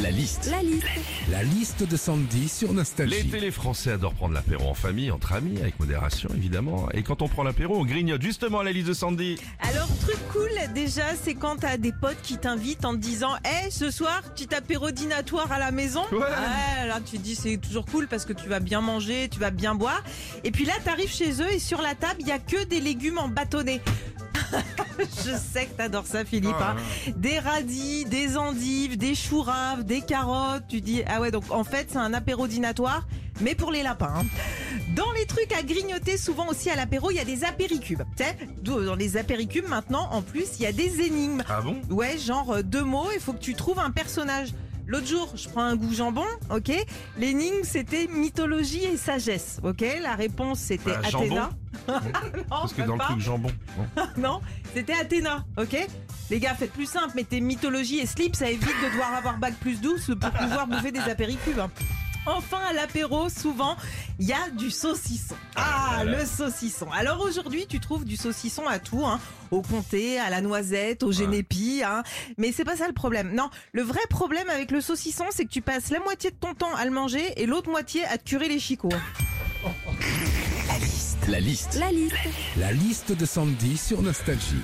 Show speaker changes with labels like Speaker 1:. Speaker 1: La liste.
Speaker 2: La liste.
Speaker 3: La liste de Sandy sur
Speaker 4: Les
Speaker 3: Nostalgie.
Speaker 4: télé français adorent prendre l'apéro en famille, entre amis, avec modération évidemment. Et quand on prend l'apéro, on grignote justement à la liste de Sandy.
Speaker 2: Alors, truc cool déjà, c'est quand t'as des potes qui t'invitent en te disant Hé, ce soir, petit apéro dînatoire à la maison.
Speaker 4: Ouais.
Speaker 2: Ah, là, tu te dis c'est toujours cool parce que tu vas bien manger, tu vas bien boire. Et puis là, t'arrives chez eux et sur la table, il y a que des légumes en bâtonnet. Je sais que t'adores ça, Philippe. hein. Des radis, des endives, des choux raves, des carottes. Tu dis ah ouais donc en fait c'est un apéro dînatoire, mais pour les lapins. hein. Dans les trucs à grignoter, souvent aussi à l'apéro, il y a des apéricubes. Tu sais, d'où- dans les apéricubes maintenant, en plus, il y a des énigmes.
Speaker 4: Ah bon
Speaker 2: Ouais, genre euh, deux mots, il faut que tu trouves un personnage. L'autre jour, je prends un goût jambon, ok L'énigme, c'était mythologie et sagesse, ok La réponse, c'était
Speaker 4: Bah, jambon.
Speaker 2: Athéna. Ah, Non,
Speaker 4: Parce que
Speaker 2: même
Speaker 4: dans le
Speaker 2: pas.
Speaker 4: truc jambon. Bon.
Speaker 2: Non, c'était Athéna, ok Les gars, faites plus simple, mettez mythologie et slip, ça évite de devoir avoir bac plus 12 pour pouvoir bouffer des apéricubes. hein. Enfin, à l'apéro, souvent, il y a du saucisson. Ah, le saucisson. Alors aujourd'hui, tu trouves du saucisson à tout, hein, au comté, à la noisette, au génépi, hein. Mais c'est pas ça le problème. Non, le vrai problème avec le saucisson, c'est que tu passes la moitié de ton temps à le manger et l'autre moitié à te curer les chicots. hein.
Speaker 1: La liste.
Speaker 3: La liste de Sandy sur Nostalgie.